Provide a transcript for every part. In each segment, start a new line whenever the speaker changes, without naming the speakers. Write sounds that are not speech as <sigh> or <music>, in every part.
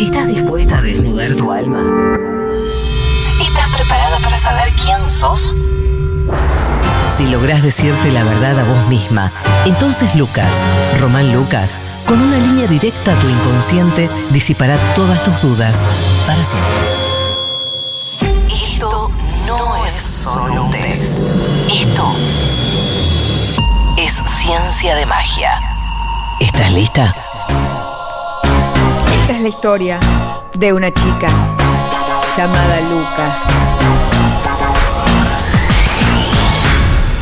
¿Estás dispuesta a desnudar tu alma?
¿Estás preparada para saber quién sos?
Si lográs decirte la verdad a vos misma, entonces Lucas, Román Lucas, con una línea directa a tu inconsciente, disipará todas tus dudas para siempre.
Esto no es solo un test. Esto es ciencia de magia.
¿Estás lista?
Esta es la historia de una chica llamada Lucas.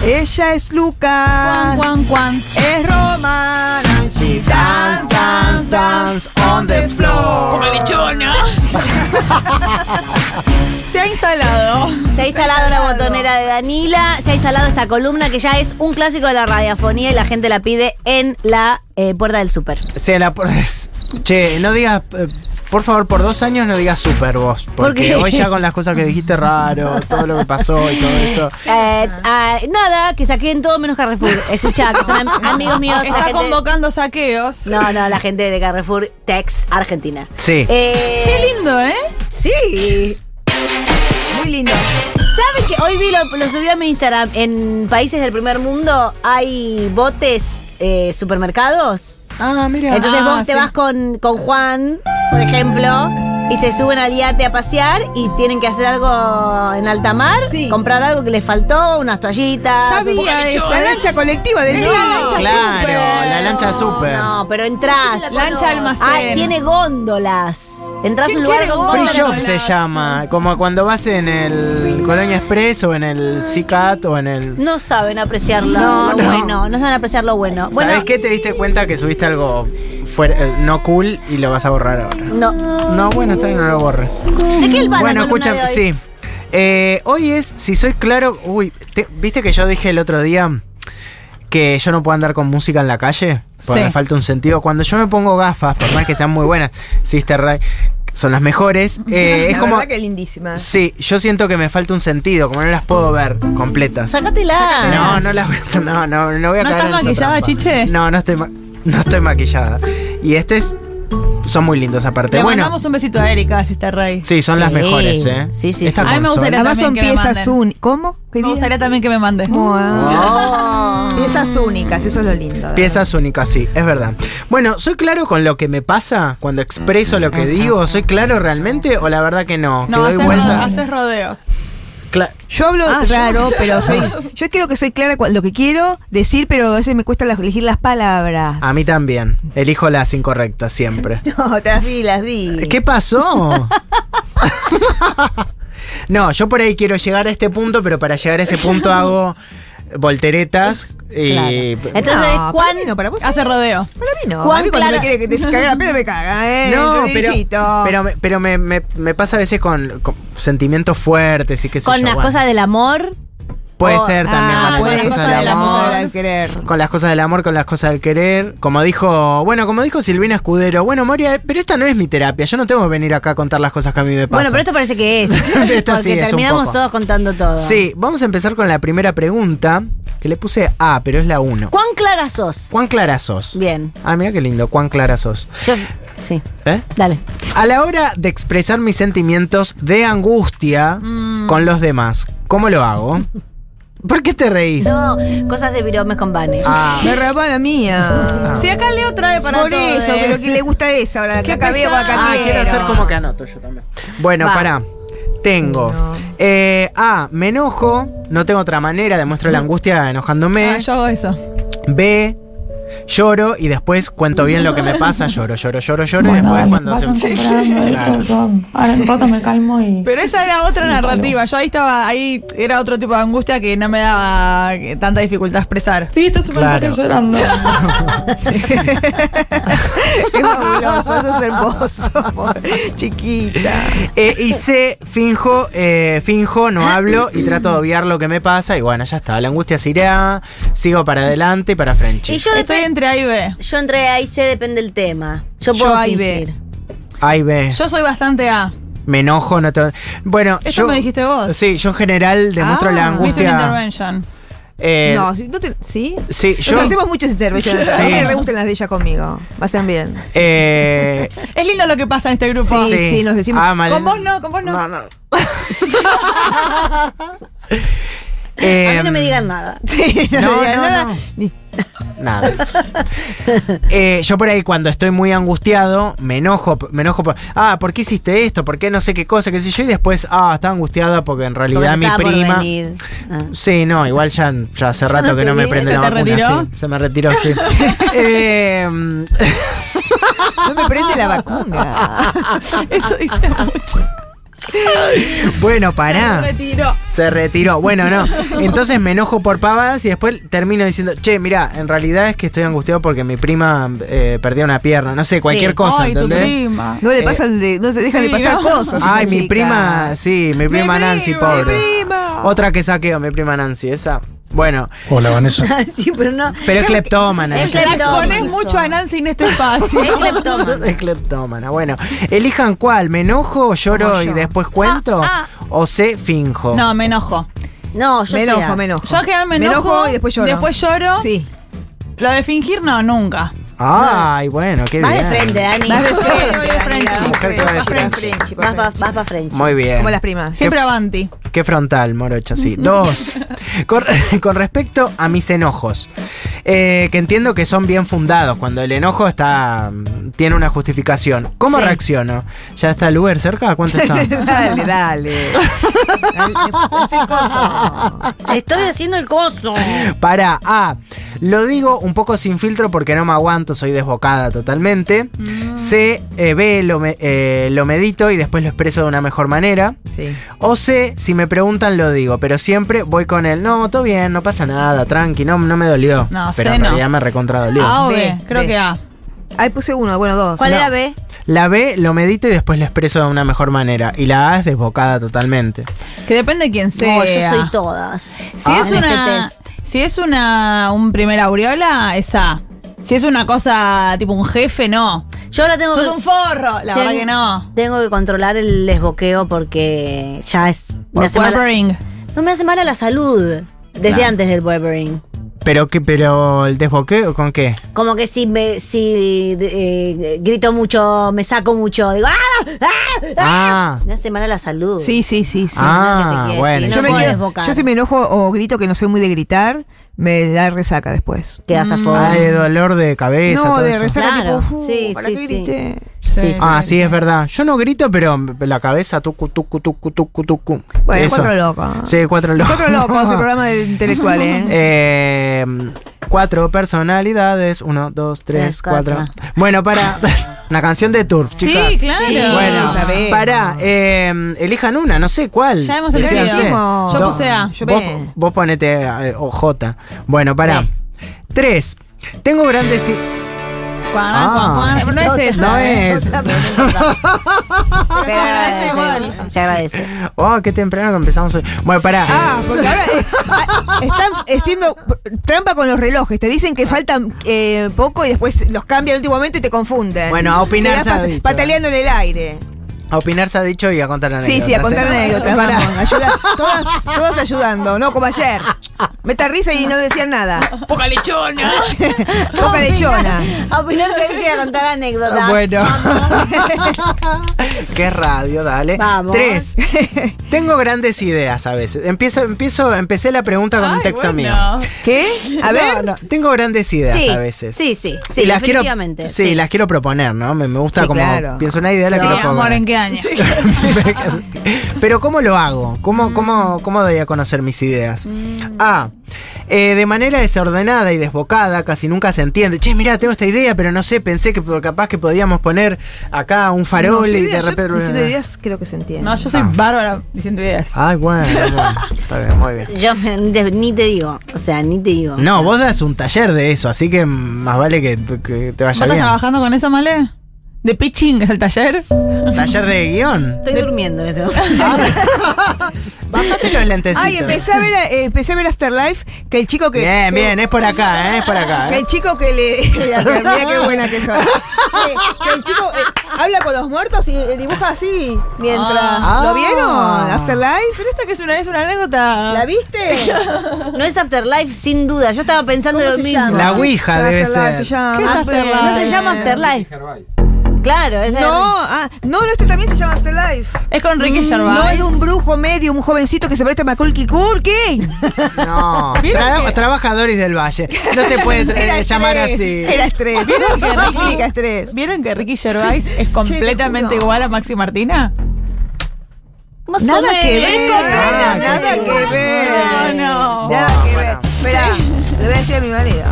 Ella es Lucas.
Juan, Juan.
Es Romana. She dance, dance, dance on the floor. Se ha instalado.
Se ha instalado la botonera de Danila, se ha instalado esta columna que ya es un clásico de la radiofonía y la gente la pide en la eh, puerta del súper.
Se la pones. <laughs> Che, no digas. eh, Por favor, por dos años no digas super vos. Porque
qué?
hoy ya con las cosas que
<laughs>
dijiste raro, todo lo que pasó y todo eso.
Eh, ah, nada, que saquen todo menos <laughs> Carrefour. Escuchá, que son am- amigos míos. la
Está
gente-
convocando saqueos.
No, no, la gente de Carrefour Tex Argentina.
Sí.
Eh,
Qué lindo, ¿eh?
sí.
Muy lindo.
¿Sabes que hoy vi lo, lo subí a mi Instagram? En países del primer mundo hay botes eh, supermercados.
Ah, mira.
Entonces
Ah,
vos te
sí.
vas con, con Juan, por ejemplo, y se suben al yate a pasear y tienen que hacer algo en alta mar,
Sí.
comprar algo que les faltó, unas
Ah,
toallitas.
Ya
un-
vi a eso. La
¿eh?
lancha colectiva del día.
Ah, claro, la lancha super.
No, pero entras.
Lancha almacén.
Ah, tiene góndolas. Entras a un
¿Qué
lugar
quiere
con
góndolas?
Free
góndolas.
Shop se llama, como cuando vas en el Colonia Express o en el CICAT o en el...
No saben apreciar lo,
No,
lo
no.
bueno. No saben apreciar lo bueno. Bueno,
¿Sabes qué? Te diste cuenta que subiste algo fuera, eh, no cool y lo vas a borrar ahora.
No.
No, bueno, está bien, no lo borres.
¿De qué va la
Bueno,
columna
escucha,
de hoy?
sí. Eh, hoy es, si soy claro, uy, te- ¿viste que yo dije el otro día que yo no puedo andar con música en la calle? Porque
Sí.
me falta un sentido. Cuando yo me pongo gafas, por más que sean muy buenas, Sister Ray, son
<laughs>
las mejores, eh, es
la
como...
verdad que lindísima.
Sí, yo siento que me falta un sentido, como no las puedo ver completas.
Sácatela.
No, no las voy a, no, no, no voy a
¿No estás
caer en esa
maquillada,
trampa.
Chiche?
No, no estoy, ma- no estoy maquillada. Y estos son muy lindos aparte.
Le
bueno,
mandamos un besito a Erika, si está Rey.
Sí, son las
Sí.
mejores, ¿eh?
Sí, sí,
Esta
sí.
A mí me
consola-
gustaría
Además son
también que me
piezas
manden.
únicas. ¿Cómo? ¿Qué
Me
día?
gustaría también que me mandes.
Wow.
Oh.
Piezas únicas, eso es
<laughs>
lo lindo. de
Piezas únicas, sí, es verdad. Bueno, ¿soy claro con lo que me pasa cuando expreso lo que digo? ¿Soy claro realmente o la verdad que no?
No,
que
haces, ro-
doy vuelta.
haces rodeos.
Cla-
Yo hablo raro, pero soy. <laughs> Yo creo que soy clara con lo que quiero decir, pero a veces me cuesta la- elegir
<laughs>
las palabras.
a mí también. Elijo las incorrectas siempre.
No, te las di, las di.
¿Qué pasó? <laughs> no, yo por ahí quiero llegar a este punto, pero para llegar a ese punto hago volteretas y. Eh,
Claro. Entonces,
No,
¿cuán-
para mí no, para vos.
Hace
sí.
rodeo.
Para mí no.
Juan
a mí cuando
Clara-
me quiere que te cague la pena me caga, ¿eh?
No, pero,
Yo derechito.
pero, me, pero me, me- me pasa a veces con, con sentimientos fuertes y qué sé
con
yo,
las
bueno.
cosas del amor.
Puede
o-
ser también
Ah,
con las
puede
cosas
ser,
del
la
amor.
cosa del querer.
Con las cosas del amor, con las cosas del querer. Como dijo, bueno, como dijo Silvina Escudero, bueno, Moria, pero esta no es mi terapia. Yo no tengo que venir acá a contar las cosas que a mí me
Bueno,
pasan.
pero esto parece que
<laughs>
es. ¿eh?
Esto
porque
sí es un
terminamos
poco.
todos contando todo.
Sí, vamos a empezar con la primera pregunta, que le puse A, pero es la 1.
¿Cuán clara sos?
¿Cuán clara sos?
Bien.
Ah, mira qué lindo, cuán clara sos.
Yo, sí,
¿Eh?
dale.
A la hora de expresar mis sentimientos de angustia
Mm.
con los demás, ¿cómo lo
<laughs>
hago? ¿Por qué te reís?
No, cosas de Viromes con Vane.
Ah,
Me robaron la mía.
Ah.
Si acá Leo trae para
Por
todos.
eso, pero que le gusta esa ahora.
Qué
Que acá veo,
pesado.
acá
Ah, quiero hacer como que anoto yo también. Bueno,
Va.
pará. Tengo.
No.
eh, A, me enojo. No tengo otra manera. Demuestro la angustia enojándome.
Ah, yo hago eso.
B, lloro y después cuento bien lo que
<laughs>
me pasa. Lloro, lloro, lloro, lloro. y después cuando se. Claro. <laughs>
Ahora en un rato me calmo y.
Pero esa era otra narrativa. Yo ahí estaba, ahí era otro tipo de angustia que no me daba eh, tanta dificultad expresar.
Sí, está súper
Claro.
fuerte <laughs> llorando.
Qué fabuloso, eso es hermoso. <laughs> amor. Chiquita.
Eh, y C, finjo, eh, finjo, no hablo y trato de obviar lo que me pasa. Y bueno, ya está. La angustia se irá. Sigo para adelante y para frente.
y yo,
Estoy entre A y B.
yo entré ahí, se depende del tema. Yo
Yo
puedo
ahí
fingir.
Ay, B.
Yo soy bastante A.
Me enojo, no te. Bueno,
Eso me dijiste vos.
Sí, yo en general demuestro
Ah,
la
Me hice una
angustia.
intervention.
Eh,
no, si no te- ¿sí?
Sí,
Nos
yo.
hacemos muchas intervenciones.
Sí.
A mí me re gustan las de ella conmigo. Pasan bien.
eh,
Es lindo lo que pasa en este grupo.
Sí, sí, nos decimos-
Ah, Malena.
Con vos no, con vos no.
No, no.
A mí no me
Em,
digan nada.
Sí,
<laughs> No,
digas
no,
nada.
no. Nada. Eh, yo por ahí cuando estoy muy angustiado, me enojo, me enojo por, ah, ¿por qué hiciste esto? ¿Por qué no sé qué cosa? qué sé yo? Y después, ah, estaba angustiada porque en
Porque
realidad
te
mi
estaba por
prima...
venir. Ah.
Sí, no, igual ya, ya hace rato que no me
vi.
prende
¿Se
la
te
vacuna.
retiró?
sí. se me retiró, sí. Em, <laughs>
No me prende la <laughs> vacuna.
Eso dice mucho.
bueno,
Se
pará.
retiró.
Se retiró. Bueno, no. Entonces me enojo por pavadas y después termino diciendo, che, mirá, en realidad es que estoy angustiado porque mi prima eh, perdió una pierna. No sé, cualquier
Sí.
cosa,
Ay, tu
¿entendés?
prima.
No
Eh,
le pasan de. No se dejan de
sí, no.
pasar cosas. a
Ay,
esa
mi
chica.
prima, sí, mi prima
Mi
Nancy,
prima,
pobre.
mi prima.
Otra que saqueo, mi prima Nancy, esa. Bueno, <laughs>
Hola Vanessa.
sí, pero no.
pero es cleptómana. ¿eh?
Es
ella.
La
cleptómana.
exponés mucho a Nancy en este espacio.
<laughs>
Es cleptómano.
Es cleptómana. Bueno, elijan cuál, me enojo, lloro
Como
y
yo.
después cuento
Ah,
o sé finjo.
No, me enojo.
No, yo
Me
soy
enojo,
A.
me enojo.
Yo en general me
Me
enojo.
enojo y después lloro.
Después lloro.
Sí.
Lo de fingir no, nunca.
Ay, bueno, qué
Vas de
bien.
frente, Dani.
Vas de
Yo
frente,
voy de Frenchy.
Daniela,
Mujer que va de
vas
Frenchy.
Frenchy, vas
Vas para
Frenchy.
vas pa French.
Muy bien.
Como las primas.
Siempre avanti.
Qué frontal, Morocha, sí. Dos. Con, <laughs> con respecto a mis enojos, eh, que entiendo que son bien fundados, cuando el enojo está mm, tiene una justificación. ¿Cómo
Sí.
reacciono? ¿Ya está el Uber cerca? ¿Cuánto está?
<laughs> dale,
<laughs>
dale. Dale, hace cosas.
Estoy haciendo el
<laughs>
coso.
Para A. Lo digo un poco sin filtro porque no me aguanto, soy desbocada totalmente. C. eh, B. Lo, me- eh, lo medito y después lo expreso de una mejor manera.
Sí.
O C. Si me preguntan, lo digo, pero siempre voy con el no, todo bien, no pasa nada, tranqui, no, no me dolió.
No,
pero
C
en
no.
realidad me recontra dolió.
A o
B,
B, creo
B.
que A.
Ahí puse uno, bueno, dos.
¿Cuál
No.
era B?
La B. Lo medito y después lo expreso de una mejor manera. Y la A es desbocada totalmente.
Que depende de quién sea.
No, yo soy todas. Ah. Si
Si es una, si es una un primer aureola, es A. Si es una cosa tipo un jefe, no.
Yo ahora tengo
Sos
que-
un forro, la verdad
Ten-
que no.
Tengo que controlar el desboqueo porque ya es. Me
Por
hace mala-
Wolverine.
no me hace mal a la salud. Desde antes del Wolverine.
Pero, qué, pero el desboqueo, ¿con qué?
Como que si me, si de- eh, grito mucho, me saco mucho, digo ¡Ah! ¡Ah!
Ah.
Me hace mal a la salud.
Sí, sí, sí, sí.
Ah,
no te quiero
bueno.
decir,
yo
yo, me
puedo
quedo-
desbocar.
yo si me enojo o grito que no soy muy de gritar, me da resaca después.
Quedas a fondo.
Ah, de dolor de cabeza.
no,
todo
de
eso.
resaca
Claro,
tipo, "Fu,
sí,
¿para
sí,
qué
sí.
grité?
Sí, sí.
Ah, sí, es verdad. Yo no grito, pero la cabeza tucu, tucu, tucu, tucu, tucu.
Bueno,
Eso.
cuatro locos.
Sí, cuatro locos.
Cuatro locos,
<laughs>
el programa de intelectual, ¿eh?
Eh, cuatro personalidades. Uno, dos, tres,
Tres, cuatro.
cuatro. Bueno, para. Una canción de Turf,
Sí,
chicas.
claro.
Sí,
Bueno,
sabemos.
para. em, elijan una, no sé cuál.
Ya hemos
Decíanse.
elegido.
Elegimos.
Yo
No,
puse A.
Yo
vos,
B.
vos ponete eh, o J. Bueno, para.
B.
Tres. Tengo grandes. i-
Cuan, cuan, cuan.
Ah,
No es esa.
No es.
Pero
Se
se agradece
agradece,
igual.
se agradece.
Oh, qué temprano que empezamos hoy. Bueno, pará.
Ah, porque ahora eh, ah, están haciendo trampa con los relojes. Te dicen
Ah.
que faltan eh, poco y después los cambian al último momento y te confunden.
Bueno, a opinar
Te
se ha
vas
dicho.
Pataleando en el aire.
eh, A opinar se ha dicho y a contar anécdotas.
Sí, sí, a contar
¿eh?
anécdotas.
Pará.
vamos, ayuda, todas, <laughs> todas ayudando, no como ayer. Meta risa y no decían nada.
Poca
<laughs>
lechona.
Boca lechona.
A opinar se dice y a contar anécdotas.
Bueno. Ah,
<laughs>
<laughs> Qué radio, dale.
Vamos.
Tres. Tengo grandes ideas a veces. Empiezo, empiezo, empecé la pregunta con un texto mío.
<laughs>
¿Qué? A
No,
ver.
no, tengo grandes ideas
Sí,
a veces.
sí, sí, sí,
Y las quiero,
definitivamente,
sí,
sí.
las quiero proponer, ¿no? Me, me gusta
Sí,
como
claro.
pienso una idea la
Sí,
quiero
amor,
proponer.
¿en qué año?
<laughs> Pero ¿cómo lo hago?
Mm.
¿Cómo, cómo, cómo doy a conocer mis ideas? A. eh, de manera desordenada y desbocada, casi nunca se entiende. Che, mirá, tengo esta idea, pero no sé, pensé que po- capaz que podíamos poner acá un farol
No, yo
y de
idea- yo
repente...
diciendo ideas creo que se entiende.
No, yo soy
Ah.
bárbara diciendo ideas.
Ay,
<laughs>
bueno, bueno, está bien, muy bien.
Yo me- de- ni te digo, o sea, ni te digo. O
No,
sea,
vos das un taller de eso, así que más vale que, que te
¿Vos
vaya
estás
bien.
trabajando con eso, Male? De pitching es el taller.
Taller de
<laughs>
guión.
Estoy durmiendo en este momento.
Bájate los lentecitos.
Ay, empecé a ver, eh, empecé a ver Afterlife, que el chico que.
Bien,
que-
bien, es por acá, ¿eh? es por acá.
Que
¿eh?
el chico que le. <laughs> Mira, mira
<laughs>
qué buena que soy. Que, que el chico eh, habla con los muertos y eh, dibuja así mientras.
Ah.
¿Lo vieron? Afterlife.
Pero esta que es una, es una anécdota.
¿La viste?
<laughs>
No es Afterlife, sin duda. Yo estaba pensando
¿Cómo
lo
se
mismo.
llama?
La Ouija debe
Afterlife
ser.
se llama.
¿Qué es
Ah,
Afterlife? Eh.
No se llama Afterlife. Claro, es la-
No, ah, no, no, este también se llama Afterlife.
Mm, Es con Enrique Gervais.
No es de un brujo medio, un jovencito que se parece a Macaulay Culkin.
No,
¿Vieron
Traba-
que-
trabajadores del Valle. No se puede tra-
<laughs> Era
llamar
estrés,
así.
Era estrés.
¿Vieron
<laughs>
que Ricky-
Era estrés.
¿Vieron que Ricky Gervais es completamente
juro.
igual a Maxi Martina?
Más o
Nada que
menos.
ver.
Ah,
Nada
qué
que ver.
No, no.
Nada que ver. Espera, le voy a decir a mi marido.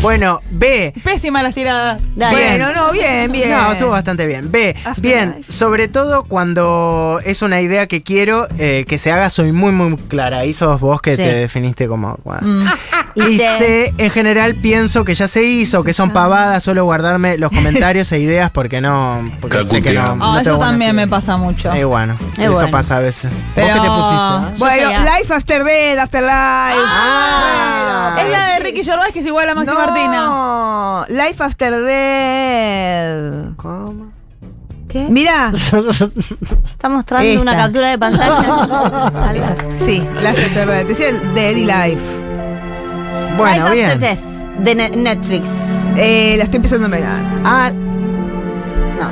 Bueno, B.
Pésima las tiradas.
Dale.
Bien.
Bueno, no, bien, bien.
No, estuvo bastante bien. B.
Afterlife.
Bien, sobre todo cuando es una idea que quiero eh, que se haga, soy muy, muy clara. Ahí sos vos que
Sí.
te definiste como. bueno.
Y
Y
se-
C, en general pienso que ya se hizo, que son pavadas, solo guardarme los comentarios e ideas porque no. Porque sé que
Ah,
no, no tengo
eso
buenas
también me
ideas.
pasa mucho.
Eh, bueno,
Eh,
eso
bueno.
pasa a veces.
Pero-
¿Vos qué te pusiste?
Bueno,
Yo soy a-
Life After Death, After Life.
Ah.
Es la de Ricky Gervais que es igual a Maxi Martina.
No, Life After Death.
¿Cómo?
¿Qué?
Mirá,
Está mostrando una
Esta.
captura de
<laughs>
pantalla. Algo.
sí, Life After Death. Decía el de Eddie Life.
bueno,
Life After
bien.
Death, de Ne- Netflix.
Eh, la estoy empezando a mirar.
Ah,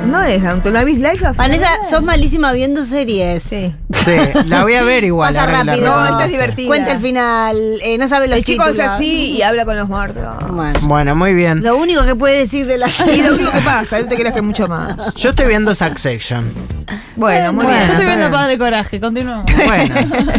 No es Downton Abbey, Life After
Vanessa,
Death.
sos malísima viendo series.
Sí.
sí, la voy a ver igual.
Pasa
ahora que la
rápido.
No,
recordaste.
esta es divertida.
Cuenta el final, eh, no sabe los
El chico es
títulos.
así y habla con los muertos.
Bueno,
Bueno, muy bien.
lo único que puede decir de
<laughs>
la <laughs>
Y
serie.
lo único que pasa, no te creas que mucho más.
Yo estoy viendo Succession.
Bueno, muy
Yo
Bueno,
bien.
estoy
está
viendo
bien.
Padre Coraje, continuemos.
Bueno,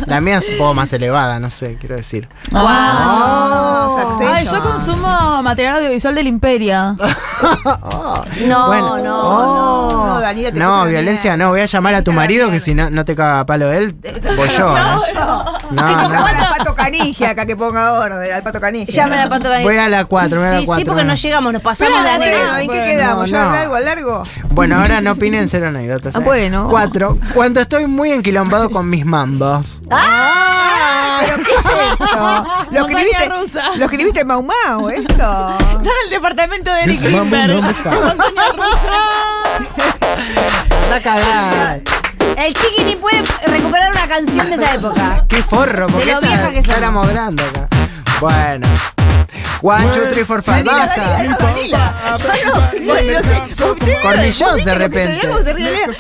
la mía es un poco más elevada, no sé, quiero decir.
Wow.
Oh, Succession.
Ah. Ay, yo consumo material audiovisual del Imperia.
Ah.
No,
Bueno.
no.
Oh.
no, Daniela, te
No,
escucho,
violencia no. Voy a llamar a tu marido que si no, no te caga a palo él, voy yo. No,
Chicos,
no.
llaman Ah, al pato canigia acá que ponga orden, al pato canigia.
Llamen a Pato Vanessa.
Voy a la 4, voy a la
Sí,
4.
sí, porque no llegamos, nos pasamos de
Bueno,
anécdota.
¿en qué
Bueno,
quedamos? ¿Ya
no.
largo, al largo?
Bueno, ahora no opinen cero anécdotas. ¿eh?
Ah, bueno.
Cuatro. Cuando estoy muy enquilombado con mis mambos.
¡Ah! ¿Pero qué es esto? Lo
Montaña
escribiste,
rusa.
Lo escribiste en Mau Mau, esto.
Está en el departamento de Eric
Dice, "Mambo,
Lindbergh.
¿dónde está?"
Montaña rusa.
Anda a cagar.
El chiqui ni puede recuperar una canción de esa época.
Qué forro, porque
De lo vieja
esta,
que
ya
somos.
éramos grandes acá. Bueno. One, two, three, four, five. Basta.
Ah,
Cornillón de repente.
Teníamos de Río Negro.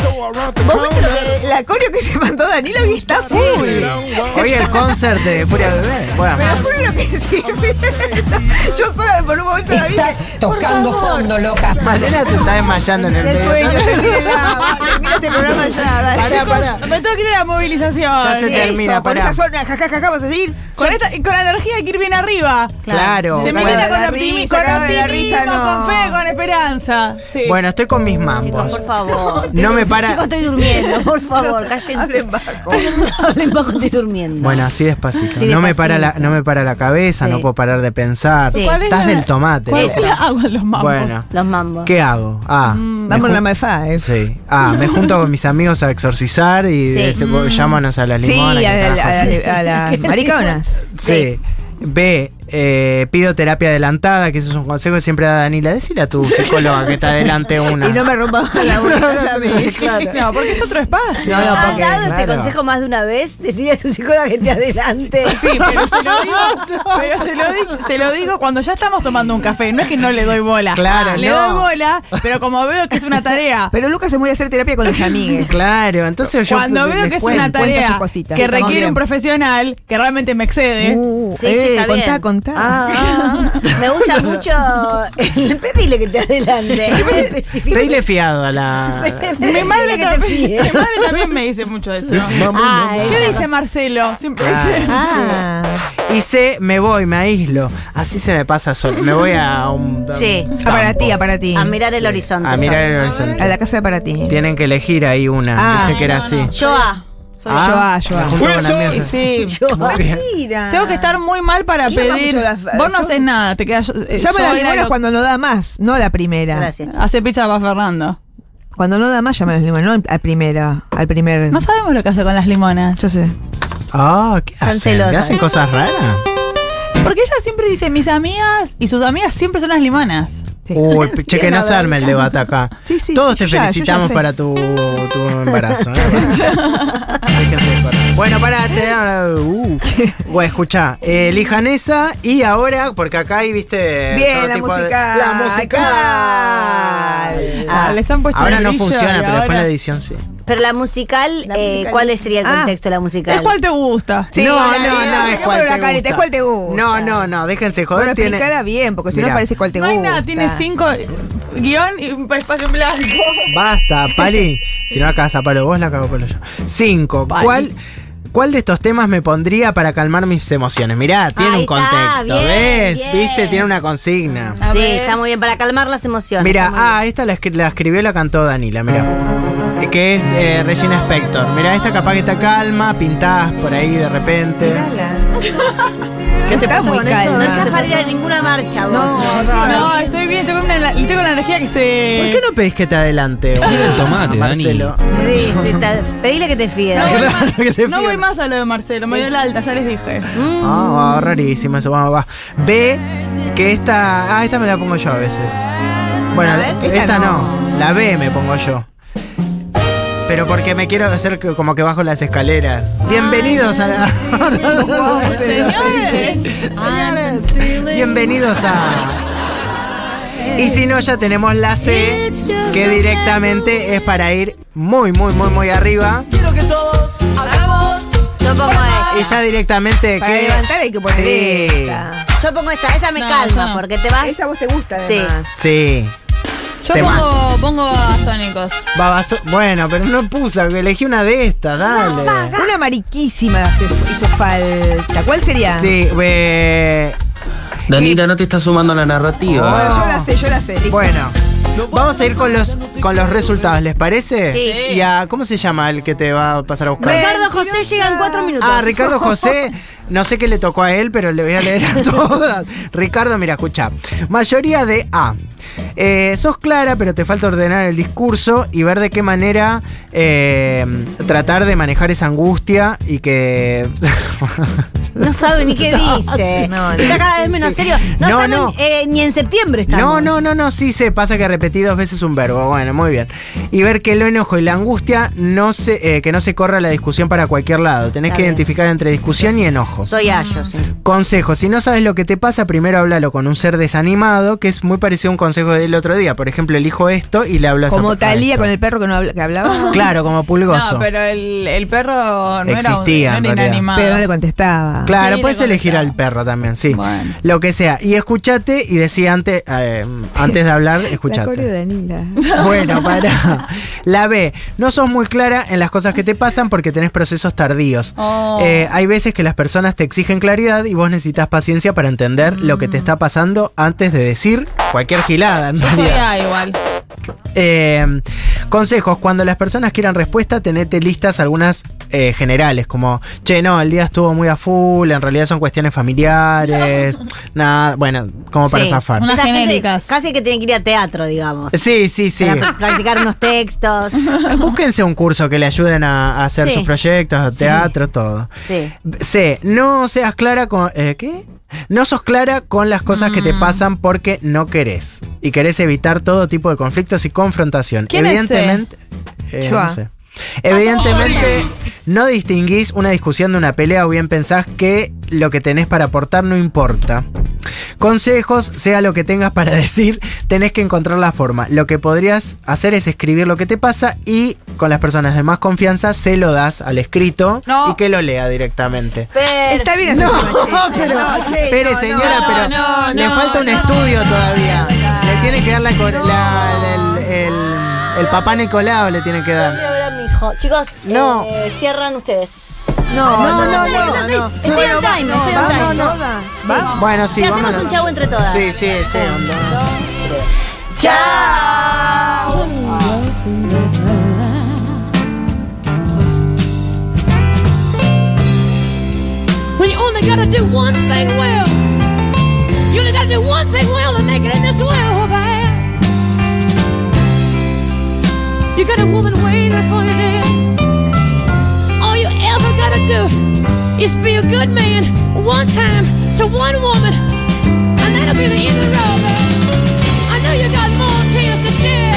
¿Vos viste lo que- la coreo que se mandó Danilo que está full?
Hoy el concert de Furia Bebé. Bueno.
Pero full lo que sirve. Yo sola por un momento la dije.
tocando fondo, loca.
Malena se está desmayando en el
El sueño,
medio.
termínela, termina este programa ya, dale.
Pará, pará.
Me tengo que ir a la movilización.
Ya se
Eso,
termina,
con
pará.
esa zona, jajaja, vas a seguir.
Con, esta, con la energía hay que ir bien arriba.
<laughs> Claro.
Se
bueno.
milita
de
con
la
optimismo,
risa,
con,
cara de la
optimismo,
risa, no.
con fe, con esperanza. Sí. <laughs>
Bueno, estoy con mis
Chicos,
mambos.
por favor.
No me para-
Chicos, estoy durmiendo, por
<laughs>
favor, cállense. Hablen bajo. <laughs> Hablen bajo, estoy durmiendo.
Bueno, así despacito.
Sí,
No, me
despacito.
para la, no me para la cabeza,
Sí.
no puedo parar de pensar.
Sí.
¿Cuál es
Estás
la-
del tomate.
¿Cuál
vos.
es la agua en Ah, los mambos?
Bueno.
Los mambos.
¿Qué hago? Ah, me
Vamos a
jun-
la eh. MyFive.
Sí. Ah, me junto con mis amigos a exorcizar y
Sí.
de ese- llámanos a las
Mm. Sí,
limonas.
a,
que
la-
carajo
a
sea.
la-
<laughs>
a las mariconas.
Sí. B, eh, pido terapia adelantada, que eso es un consejo que siempre da Danila. Decirle a tu psicóloga que te
<laughs>
adelante una.
Y no me rompa
<laughs>
la bolsa a mí.
Claro.
No, porque es otro espacio.
No, no,
¿Has
porque,
dado este
claro.
consejo más de una vez? Decide a tu psicóloga que te adelante.
Sí, pero se lo <laughs> digo, pero se lo, di- se lo digo cuando ya estamos tomando un café. No es que no le doy bola.
Claro,
le
no.
doy bola, pero como veo que es una tarea.
<laughs> Pero Lucas se muy a hacer terapia con los amigos.
Claro, entonces yo.
Cuando veo que es una
descuento.
cuenta sus
tarea que
cositas. Sí, estamos
requiere
bien.
un profesional que realmente me excede,
Uh,
Sí, sí, está
contá,
bien.
contá.
Ah,
<laughs>
<laughs>
Me gusta mucho. <laughs> Pedile que te adelante.
Pedile fiado a
<laughs>
la.
mi, madre
que te
también,
fíes.
mi madre también me dice mucho eso.
Es mambo,
Ah,
mambo.
eh.
¿Qué dice Marcelo? Siempre dice.
Ah,
Y C, me voy, me aíslo. Así se me pasa solo. Me voy a un.
Sí.
un
Ah, para
campo.
ti, ah, para ti.
A mirar el horizonte.
A mirar el
solo.
horizonte.
A la casa de para ti.
Tienen que elegir ahí una.
Ah,
Viste que era así.
Yo A.
Soy yo, ah, yo, ah.
me junto con las mías.
Sí.
Muy bien.
Mira.
Tengo que estar muy mal para
¿Quién va
pedir.
mucho las-
Vos no
yo-
haces nada, te quedas. eh,
Llama a
sola,
las limonas
lo-
cuando no da más, no a la primera.
Gracias.
Hace pizza para Fernando.
Cuando no da más, llama a los limones, no al- al primera, al primer.
No sabemos lo que hace con las limonas.
yo sé.
Ah, ¿qué hacen? ¿Le
celosas.
hacen cosas raras?
Porque ella siempre dice mis amigas y sus amigas siempre son las limonas.
<laughs>
Uy, che, que no se arme el debate acá.
Sí, sí,
Todos
sí,
te
yo ya, yo ya
felicitamos
sé.
para tu, tu embarazo.
<laughs>
¿eh? Déjense de joder. bueno, pará, che. ahora, uh. Bueno, escuchá, eh, lijanesa y ahora, porque acá hay, viste.
Bien,
todo
la
tipo de-
musical.
La musical.
Ah, les han puesto
Ahora
un
no
brillo
funciona,
y
pero después
ahora-
la edición sí.
Pero la musical,
La
eh,
musical.
¿cuál sería el
Ah.
contexto de la musical?
¿Es cuál te gusta?
Sí, eh,
no, no,
la-
no,
la-
es
sacámosle
cual
la
te
careta,
gusta.
es cual te gusta.
No, no, no, déjense joder.
Bueno,
tiene-
explícala bien, porque si no
Mirá.
parece cuál te
No
gusta.
hay nada, tiene cinco eh, guión y un espacio en blanco.
Basta, Pali. si no la cagás a palo vos, la cago palo yo. Cinco.
Pali.
¿Cuál, ¿Cuál de estos temas me pondría para calmar mis emociones? Mirá,
Ahí
tiene un
está,
contexto.
bien,
¿Ves?
bien.
¿Viste? Tiene una consigna.
A
Sí,
ver.
está muy bien, para calmar las emociones.
Mira,
está muy
ah, esta la, escri- la escribió y la cantó Danila, mirá. Eh, Que es eh, Regina Spector. Mirá, esta capaz que está calma, pintás por ahí de repente. ¿Qué te
Está
pasa
muy
con esto?
bien.
calma.
No te vas a ir a ninguna marcha, vos.
No, estoy bien, tengo, una, tengo la energía que se.
¿Por qué no pedís que te adelante? boludo?
tomate,
Ah,
Dani.
Marcelo.
Sí, sí, está- pedile que te fíes.
No voy, más,
<laughs> Claro que te
no
fío.
voy más a lo de Marcelo, me dio la alta, ya les dije.
Ah, ah, rarísimo eso, vamos, va. B, que esta. Ah, esta me la pongo yo a veces. Bueno, esta, no. la B me pongo yo. Pero porque me quiero hacer que- como que bajo las escaleras. Bienvenidos a <laughs> la.
Señores,
Señores, bienvenidos a. Y si no, ya tenemos la C, que directamente es para ir muy, muy, muy, muy arriba.
Yo pongo
Y
esta.
ya directamente
Ah. Para
que-
levantar hay que poner
Sí.
esta.
Yo pongo esta, esta me
No,
calma,
no.
porque te vas.
Esa a vos te gusta,
Sí.
además.
Sí.
yo
Temazo.
pongo, pongo a Sónicos.
Babazo bueno, pero no puse, elegí una de estas, dale.
Una mariquísima se hizo falta. ¿Cuál sería?
Sí, eh,
Danila, no te estás sumando a la narrativa.
Bueno, yo la sé, yo la sé. listo.
bueno. Vamos a ir con los con los resultados, ¿les parece?
Sí.
Y a, ¿cómo se llama el que te va a pasar a buscar?
Ricardo José llega en cuatro minutos.
Ah,
<laughs>
Ricardo José, no sé qué le tocó a él, pero le voy a leer a todas. Ricardo, mira, escucha. Mayoría de A. Eh, sos clara, pero te falta ordenar el discurso y ver de qué manera eh, tratar de manejar esa angustia y que. <laughs>
No sabe ni qué dice.
No, no,
está cada vez
sí,
menos
sí.
serio. No,
No,
estamos,
no.
eh, ni en septiembre estamos.
No, no, no, no, sí se pasa que repetí dos veces un verbo. Bueno, muy bien. Y ver que el enojo y la angustia no se, eh, que no se corra la discusión para cualquier lado. Tenés
Está
que
bien.
identificar entre discusión y enojo.
Soy Ayo, sí.
Consejo, si no sabes lo que te pasa, primero háblalo con un ser desanimado, que es muy parecido a un consejo del otro día. Por ejemplo, elijo esto y le hablo a esa
Como
persona
Talía
esto.
con el perro que no habla- que hablaba.
Claro, como pulgoso.
No, pero el, el perro no era,
Existía,
un,
en
no era
realidad.
inanimado.
Pero no le contestaba.
Claro,
Sí,
puedes
le
elegir
contestaba.
al perro también, sí.
Bueno.
Lo que sea. Y escuchate y decí antes, eh, antes de hablar,
<laughs> La coreo
escuchate.
de Anila.
<laughs> Bueno, para. La B. No sos muy clara en las cosas que te pasan porque tenés procesos tardíos.
Oh.
Eh, hay veces que las personas te exigen claridad y vos necesitas paciencia para entender lo que te está pasando antes de decir cualquier gilada. En
Mm. Yo
<laughs>
soy
realidad.
A igual.
Eh, consejos, cuando las personas quieran respuesta, tenete listas algunas eh, generales, como, che, no, el día estuvo muy a full, en realidad son cuestiones
<laughs>
familiares, nada, bueno, como para
Sí.
zafar.
Una- Unas
Esa gente
genéricas.
Casi que tiene que ir a teatro, digamos.
Sí, sí, sí.
Para practicar unos textos.
Búsquense un curso que le ayuden a, a hacer
Sí.
sus proyectos, teatro, todo.
Sí.
C. No seas clara con. eh, ¿Qué? No sos clara con las cosas que te
Mm.
pasan porque no querés. Y querés evitar todo tipo de conflictos y confrontación.
¿Quién es ese?
Evidentemente. eh,
Yo.
no sé. Evidentemente, no distinguís una discusión de una pelea o bien pensás que lo que tenés para aportar no importa. Consejos, sea lo que tengas para <laughs> decir, tenés que encontrar la forma. Lo que podrías hacer es escribir lo que te pasa y con las personas de más confianza se lo das al escrito
No.
y que lo lea directamente.
Pero-
Está bien
No,
<laughs> hacer machista.
pero,
No, che,
pero
no, no,
señora,
no,
pero
no,
le
no,
falta un
no.
estudio todavía. Le tiene que dar la, cor- la- el, el- el papá Nicolau le tiene que
Voy a
dar.
ver a mi hijo. Chicos,
No.
eh, cierran ustedes.
No, no,
no,
no,
no,
no, no.
Estoy on time, estoy on time.
Vamos todas.
¿Va? Bueno, sí,
Sí, hacemos
vámonos.
un chavo entre todas.
Sí, sí, sí.
¡Chao!
When you only gotta do one thing well. You only gotta do one thing well to make it in this world, man. got a woman waiting for you there. All you ever gotta do is be a good man one time to one woman, and that'll be the end of the road, man. I know you got more tears to shed.